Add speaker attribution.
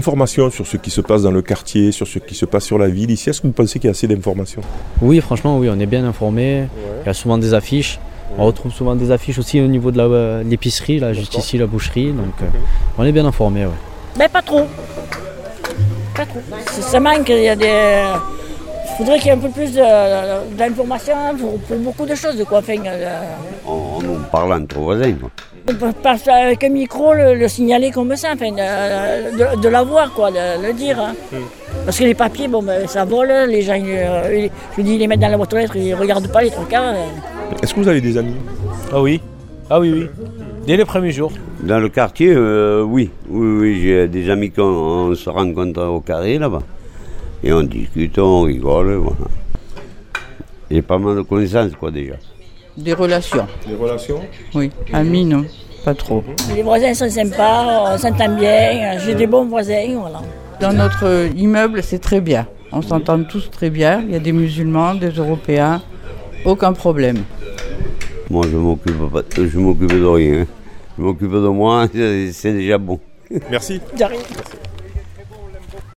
Speaker 1: l'information sur ce qui se passe dans le quartier, sur ce qui se passe sur la ville ici, est-ce que vous pensez qu'il y a assez d'informations
Speaker 2: Oui, franchement, oui, on est bien informé. Il y a souvent des affiches. On retrouve souvent des affiches aussi au niveau de la- euh, l'épicerie, là, juste ici, la boucherie. Donc, euh, on est bien informé. ouais.
Speaker 3: Mais Ben, pas trop. Pas trop. Ça ça manque, il y a des. Faudrait qu'il y ait un peu plus de- d'informations pour, pour beaucoup de choses. Quoi. Enfin, euh,
Speaker 4: On, on parle entre voisins. quoi.
Speaker 3: on peut pas avec un micro le, le signaler comme ça, enfin, euh, de, de l'avoir, quoi, de le dire. hein. Parce que les papiers, bon, ben, ça vole, les gens, ils, euh, ils- je dis, ils les mettent dans la boîte aux lettres, ils regardent pas les trois quarts. euh.
Speaker 1: Est-ce que vous avez des amis
Speaker 5: Ah oui, ah oui, oui. Dès les premiers jours.
Speaker 4: Dans le quartier, euh, oui. Oui, oui, j'ai des amis qu'on on se rencontre au carré là-bas. Et on discute, on rigole, voilà. J'ai pas mal de connaissances, quoi, déjà.
Speaker 6: Des relations,
Speaker 1: Des relations
Speaker 6: oui. Amis, non, pas trop.
Speaker 3: Les voisins sont sympas, on s'entend bien, j'ai des bons voisins, voilà.
Speaker 6: Dans notre euh, immeuble, c'est très bien. On s'entend tous très bien. Il y a des musulmans, des Européens, aucun problème.
Speaker 4: Moi, je m'occupe pas, je m'occupe de rien. hein. Je m'occupe de moi, c'est déjà bon.
Speaker 1: Merci.
Speaker 3: De rien.